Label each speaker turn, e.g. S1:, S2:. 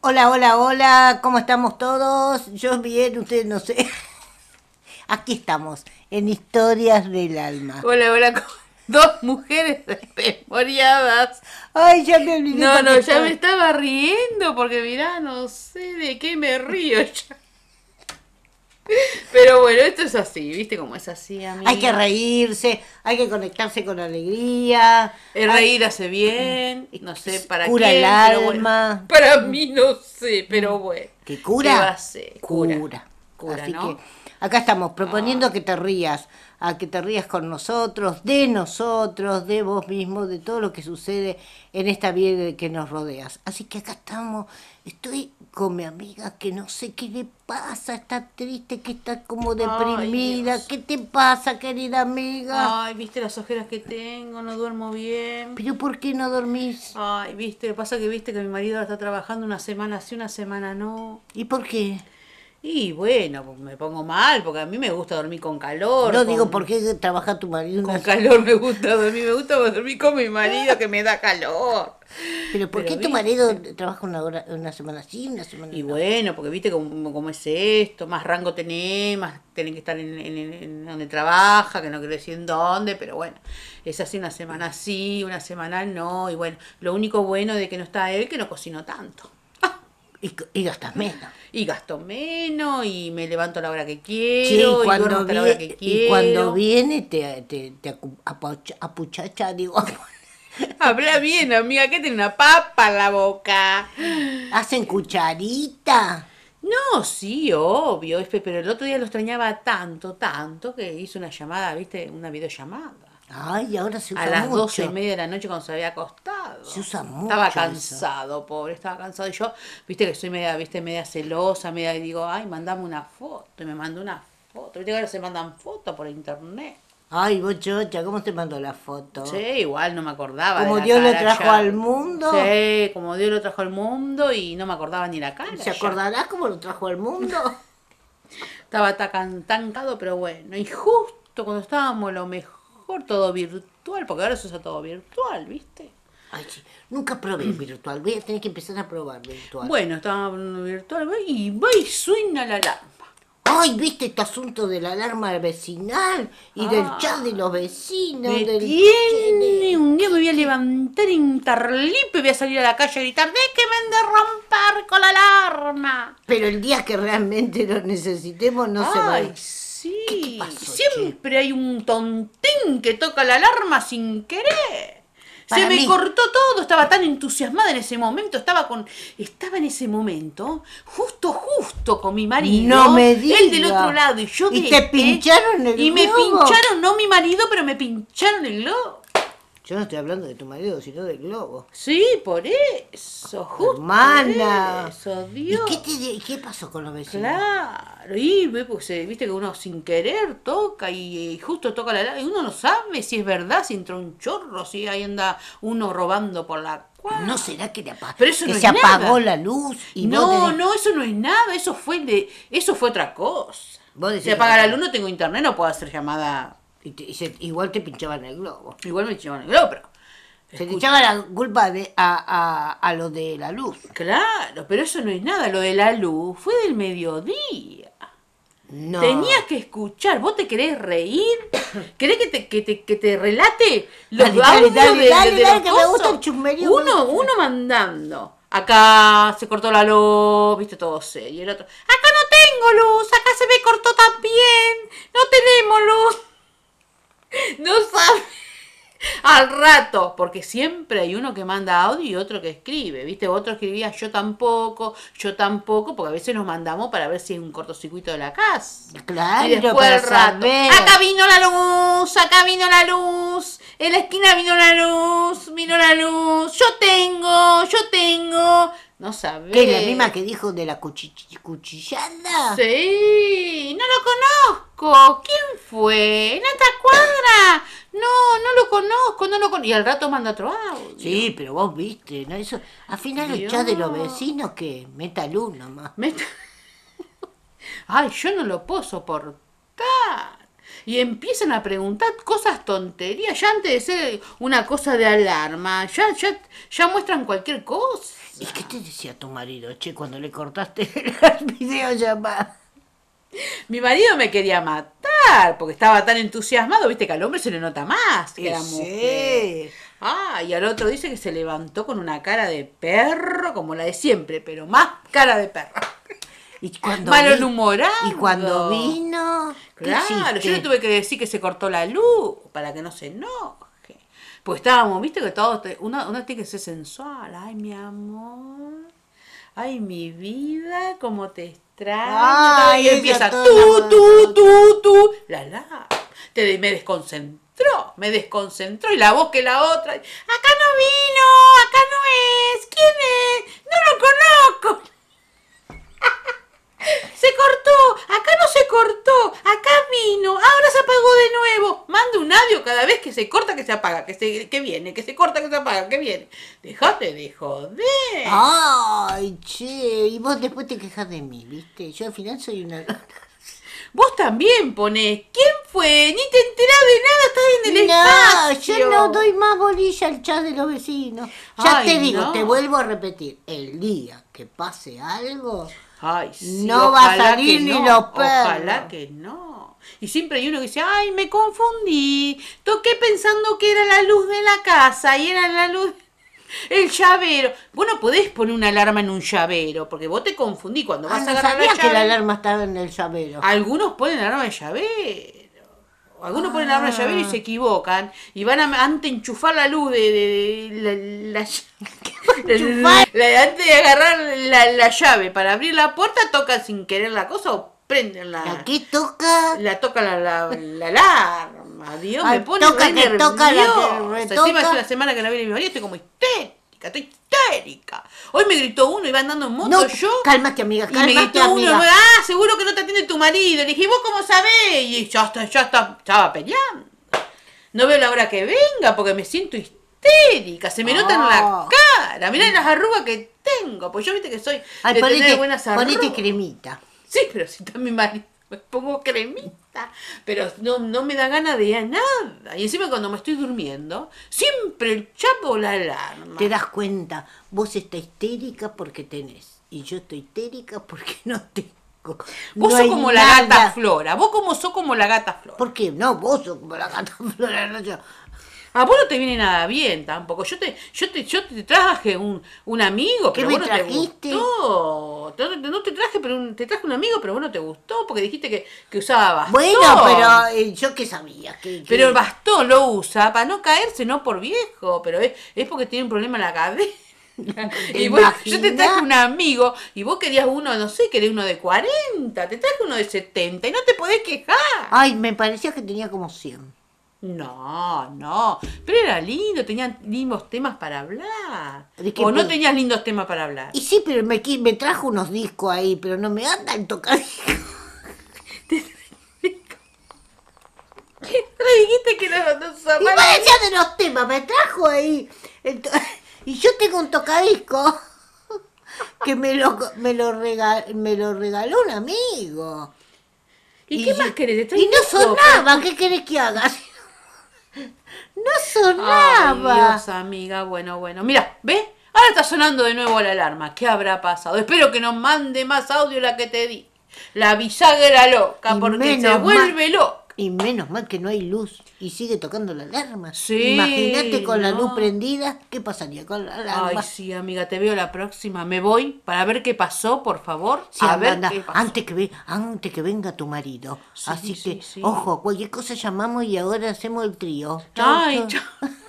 S1: Hola, hola, hola, ¿cómo estamos todos? Yo bien, ustedes no sé. Aquí estamos, en Historias del Alma.
S2: Hola, hola, con dos mujeres desmemoriadas.
S1: Ay, ya me olvidé.
S2: No, no, ya me
S1: contestar.
S2: estaba riendo porque mirá, no sé de qué me río ya. Pero bueno, esto es así, ¿viste cómo es así, amiga?
S1: Hay que reírse, hay que conectarse con alegría. hay-
S2: El Eh,
S1: Mm.
S2: reír hace bien, no sé para
S1: Cura
S2: qué,
S1: el
S2: pero bueno.
S1: alma. Mm.
S2: Para mí no sé, pero bueno.
S1: ¿Que
S2: ¿Qué va a
S1: cura?
S2: hacer?
S1: Cura.
S2: Cura,
S1: Así
S2: ¿no? Ah.
S1: que acá estamos proponiendo que te rías, a que te rías con nosotros, de nosotros, de vos mismo, de todo lo que sucede en esta vida que nos rodeas. Así que acá estamos. Estoy con mi amiga que no sé qué le pasa, está triste, que está como deprimida.
S2: Dios.
S1: ¿Qué te pasa, querida amiga?
S2: Ay, viste las ojeras que tengo, no duermo bien.
S1: ¿Pero por qué no dormís?
S2: Ay, viste, pasa que viste que mi marido ahora está trabajando una semana sí, una semana no.
S1: ¿Y por qué?
S2: Y bueno, pues me pongo mal, porque a mí me gusta dormir con calor.
S1: No
S2: con-
S1: digo por qué trabaja tu marido.
S2: Con
S1: una-
S2: calor me gusta dormir, me gusta dormir con mi marido que me da calor.
S1: Pero ¿por
S2: Pero
S1: qué tu
S2: viste.
S1: marido trabaja una, hora, una semana sí, una semana
S2: Y
S1: no?
S2: bueno, porque viste cómo, cómo es esto, más rango tenés, más tenés que estar en, en- en donde trabaja, que no quiero decir en dónde, pero bueno, es así una semana sí, una semana no, y bueno, lo único bueno de que no está él que no cocinó tanto.
S1: Y, co- y gastas menos.
S2: Y gasto menos, y me levanto a la hora que
S1: Sí,
S2: quiero, y duermo hasta la hora que
S1: vie-
S2: quiero.
S1: y cuando viene te, te, te acu- apucha- apuchacha, digo,
S2: Habla bien, amiga, que tiene una papa en la boca.
S1: hacen cucharita.
S2: No, sí, obvio, espe- pero el otro día lo extrañaba tanto, tanto, que hizo una llamada, viste, una videollamada.
S1: Ay, ahora se usa
S2: A las
S1: mucho.
S2: doce y media de la noche cuando se había acostado.
S1: Se usa mucho
S2: Estaba
S1: eso.
S2: cansado, pobre, estaba cansado. Y yo, viste que soy media, viste, media celosa, media, y digo, ay, mandame una foto. Y me mandó una foto. Viste que ahora se mandan fotos por internet.
S1: Ay, bochocha, ¿cómo te mandó la foto?
S2: Sí, igual no me acordaba.
S1: Ah. Como
S2: de la
S1: Dios lo
S2: cara
S1: trajo
S2: ya.
S1: al mundo.
S2: Sí, como Dios lo trajo al mundo y no me acordaba ni la cara.
S1: ¿Se
S2: ya.
S1: acordará cómo lo trajo al mundo?
S2: Estaba tacan- tancado, pero bueno. Y justo cuando estábamos lo mejor, todo virtual, porque ahora se usa todo virtual, ¿viste?
S1: Ay, sí, nunca probé virtual. Voy a tener que empezar a probar virtual.
S2: Bueno, estaba hablando virtual ve, y va y suena la alarma.
S1: Ay, ¿viste este asunto de la alarma vecinal y
S2: Ah,
S1: del chat de los vecinos?
S2: Me
S1: del...
S2: tiene un día me voy a levantar en Tarlipe y voy a salir a la calle a gritar, déjenme de romper con la alarma.
S1: Pero el día que realmente lo necesitemos no se va a
S2: Ay,
S1: ir.
S2: sí.
S1: te pasó,
S2: Siempre hay un tontín que toca la alarma sin querer.
S1: Para
S2: Se me
S1: mí.
S2: cortó todo, estaba tan entusiasmada en ese momento, estaba con estaba en ese momento, justo justo con mi marido,
S1: No me
S2: él del
S1: diga.
S2: otro lado y yo
S1: ¿Y
S2: de
S1: te
S2: este,
S1: pincharon el
S2: Y me
S1: globo?
S2: pincharon no mi marido, pero me pincharon el globo.
S1: Yo no estoy hablando de tu marido, sino del globo.
S2: Sí, por eso, justo.
S1: Hermana.
S2: por Eso,
S1: ¿Y
S2: Dios.
S1: qué, te di- qué pasó con los vecinos?
S2: Claro, y ve, pues, eh, viste que uno sin querer toca y, eh, justo toca la alarma y uno no sabe si es verdad, si entró un chorro, si ahí anda uno robando por la cuadra.
S1: ¿No será que, te apa-
S2: Pero eso
S1: que
S2: no
S1: se
S2: es nada.
S1: apagó la luz? Y
S2: no,
S1: vos tenés-
S2: no, eso no es nada, eso fue de, eso fue otra cosa.
S1: Vos decís
S2: Se apaga la
S1: otra
S2: luz, no tengo internet, no puedo hacer llamada.
S1: y te- y se- igual te pinchaban el globo.
S2: Igual me llevan el globo, pero.
S1: Se te echaba la culpa de, a, a, a lo de la luz.
S2: Claro, pero eso no es nada, lo de la luz fue del mediodía.
S1: No.
S2: Tenías que escuchar. ¿Vos te querés reír? ¿Querés que te, que te, que te relate los
S1: Dale, dale,
S2: audios
S1: dale,
S2: de- de-
S1: dale,
S2: de
S1: dale,
S2: los
S1: que me gusta
S2: cosos?
S1: el chusmerío, me
S2: Uno, uno mandando. Acá se cortó la luz, viste todo serio. Y el otro, acá no tengo luz, acá se me cortó también. No tenemos luz. No sabe. Al rato, porque siempre hay uno que manda audio y otro que escribe, ¿viste? Otro escribía yo tampoco, yo tampoco, porque a veces nos mandamos para ver si hay un cortocircuito de la casa.
S1: Claro,
S2: Y después
S1: para
S2: el rato.
S1: saber.
S2: Acá vino la luz, acá vino la luz, en la esquina vino la luz, vino la luz, yo tengo, yo tengo. No sabés.
S1: ¿Qué, la misma que dijo de la cuchich- cuchillada?
S2: Sí, no lo conozco. ¿Quién fue? ¿En otra cuadra? No, no lo conozco, no lo conozco. Y al rato manda otro audio.
S1: Sí, pero vos viste, ¿no? Eso, al final el
S2: Dios.
S1: chat de los vecinos que meta luz nomás.
S2: Me está- Ay, yo no lo puedo soportar. y empiezan a preguntar cosas tonterías, ya antes de ser una cosa de alarma, ya, ya, ya muestran cualquier cosa.
S1: ¿Y qué te decía tu marido, che, cuando le cortaste la videollamada?
S2: Mi marido me quería matar porque estaba tan entusiasmado, viste que al hombre se le nota más que a la
S1: Y sí.
S2: mujer. Ah, y al otro dice que se levantó con una cara de perro como la de siempre, pero más cara de perro.
S1: Y cuando
S2: Malhumorado.
S1: vi- Y cuando vino. ¿qué
S2: Claro, yo
S1: hiciste?
S2: le tuve que decir que se cortó la luz para que no se enoje. Porque estábamos, viste que todos, te- uno, uno tiene que ser sensual. Ay, mi amor. Ay, mi vida, cómo te extraño.
S1: Ay,
S2: y
S1: ella
S2: empieza
S1: toda
S2: tú,
S1: la-
S2: tú, tú, tú. La, la. Te, me desconcentró, me desconcentró. Y la voz que la otra. Acá no vino, acá no es. ¿Quién es? No lo conozco. Se cortó, acá no se cortó, acá vino, ahora se apagó de nuevo. Manda un audio cada vez que se corta, que se apaga, que, se, que viene, que se corta, que se apaga, que viene. Dejate de joder.
S1: Ah. Ay, che, y vos después te quejas de mí, ¿viste? Yo al final soy una.
S2: Vos también ponés, ¿quién fue? Ni te enterás de nada, estás en el
S1: No,
S2: espacio.
S1: yo no doy más bolilla al chat de los vecinos. Ya
S2: Ay,
S1: te digo,
S2: no.
S1: te vuelvo a repetir, el día que pase algo,
S2: Ay, sí,
S1: No va a
S2: ojalá
S1: salir
S2: que
S1: ni
S2: no,
S1: los
S2: Ojalá
S1: perros.
S2: que no. Y siempre hay uno que dice, ay, me confundí. Toqué pensando que era la luz de la casa y era la luz... El llavero. Vos no podés poner una alarma en un llavero, porque vos te confundí cuando
S1: ah,
S2: vas a
S1: no
S2: agarrar Ah. la
S1: sabía que la
S2: llave.
S1: alarma estaba en el llavero.
S2: Algunos ponen alarma de llavero. Algunos ponen alarma de
S1: Ah.
S2: llavero y se equivocan. Y van a, antes de enchufar la luz de, de- de- la, la-
S1: enchufar?
S2: la- antes de agarrar la, la llave para abrir la puerta, tocan sin querer la cosa o prenden la.
S1: ¿A qué toca?
S2: La toca la, la, la alarma. Dios
S1: Ay,
S2: me pone
S1: toca
S2: re
S1: que toca, la que
S2: nerviosa. Encima es
S1: retoca.
S2: una semana que no viene mi marido, estoy como histérica, estoy histérica. Hoy me gritó uno, iba andando en moto
S1: No,
S2: yo.
S1: cálmate, amiga,
S2: Y me
S1: cálmate,
S2: gritó uno,
S1: amiga.
S2: ah, seguro que no te atiende tu marido. Le dije, "¿Y vos cómo sabés? Y ya está, ya está, estaba peleando. No veo la hora que venga porque me siento histérica, se me nota en la
S1: Ah.
S2: cara. Mirá las arrugas que tengo, pues yo viste que soy
S1: Ay,
S2: de
S1: ponete,
S2: tener buenas arrugas.
S1: ponete cremita.
S2: Sí, pero si está mi marido, me pongo cremita. Pero no, no me da gana de nada. Y encima cuando me estoy durmiendo, siempre el chapo la alarma.
S1: Te das cuenta, vos estás histérica porque tenés y yo estoy histérica porque no tengo.
S2: Vos
S1: No
S2: sos
S1: hay
S2: como la
S1: nada.
S2: gata flora, vos como sos como la gata flora.
S1: ¿Por qué? No, vos sos como la gata flora, no yo.
S2: A vos no te viene nada bien tampoco. Yo te, yo te, yo te traje un, un amigo,
S1: ¿Qué
S2: pero
S1: me
S2: vos no te
S1: trajiste?
S2: gustó. No te- No te traje, pero un- te traje un amigo, pero vos no te gustó porque dijiste que, que usaba bastón.
S1: Bueno, pero eh, yo qué sabía. Que, que-
S2: Pero el bastón lo usa para no caerse, no por viejo, pero es, es porque tiene un problema en la cabeza. Y vos- yo te
S1: imaginas?
S2: traje un amigo y vos querías uno, no sé, querés uno de 40, te traje uno de 70 y no te podés quejar.
S1: Ay, me parecía que tenía como 100.
S2: No, no, pero era lindo, tenían lindos temas para hablar.
S1: ¿De qué
S2: O no
S1: puedo?
S2: tenías lindos temas para hablar.
S1: Y sí, pero me, qui- me trajo unos discos ahí, pero no me andan tocando.
S2: Le dijiste que no, no usaba
S1: Y
S2: la-
S1: más allá de los temas, me trajo ahí. Ento- y yo tengo un tocadisco que me lo, me lo, rega- me lo regaló un amigo.
S2: ¿Y, qué
S1: y-
S2: más querés? Estás
S1: Y no
S2: loco,
S1: sonaba, ¿qué querés que haga? No
S2: Ay,
S1: sonaba.
S2: Dios, amiga, bueno, bueno. Mira, ¿ves? Ahora está sonando de nuevo la alarma. ¿Qué habrá pasado? Espero que nos mande más audio la que te di. La bisagra loca,
S1: Y
S2: porque se
S1: menos
S2: vuelve loca.
S1: Y menos mal que no hay luz y sigue tocando la alarma.
S2: Sí,
S1: Imagínate con la luz
S2: no.
S1: prendida, ¿qué pasaría con la
S2: Ay,
S1: alarma?
S2: sí, amiga, te veo la próxima. Me voy para ver qué pasó, por favor.
S1: Sí,
S2: a ver
S1: Amanda,
S2: qué pasó.
S1: antes que, ve- antes que venga tu marido.
S2: Sí,
S1: Así
S2: sí,
S1: que,
S2: sí.
S1: ojo, cualquier cosa llamamos y ahora hacemos el trío. Chau,
S2: Ay,
S1: chau.
S2: chao.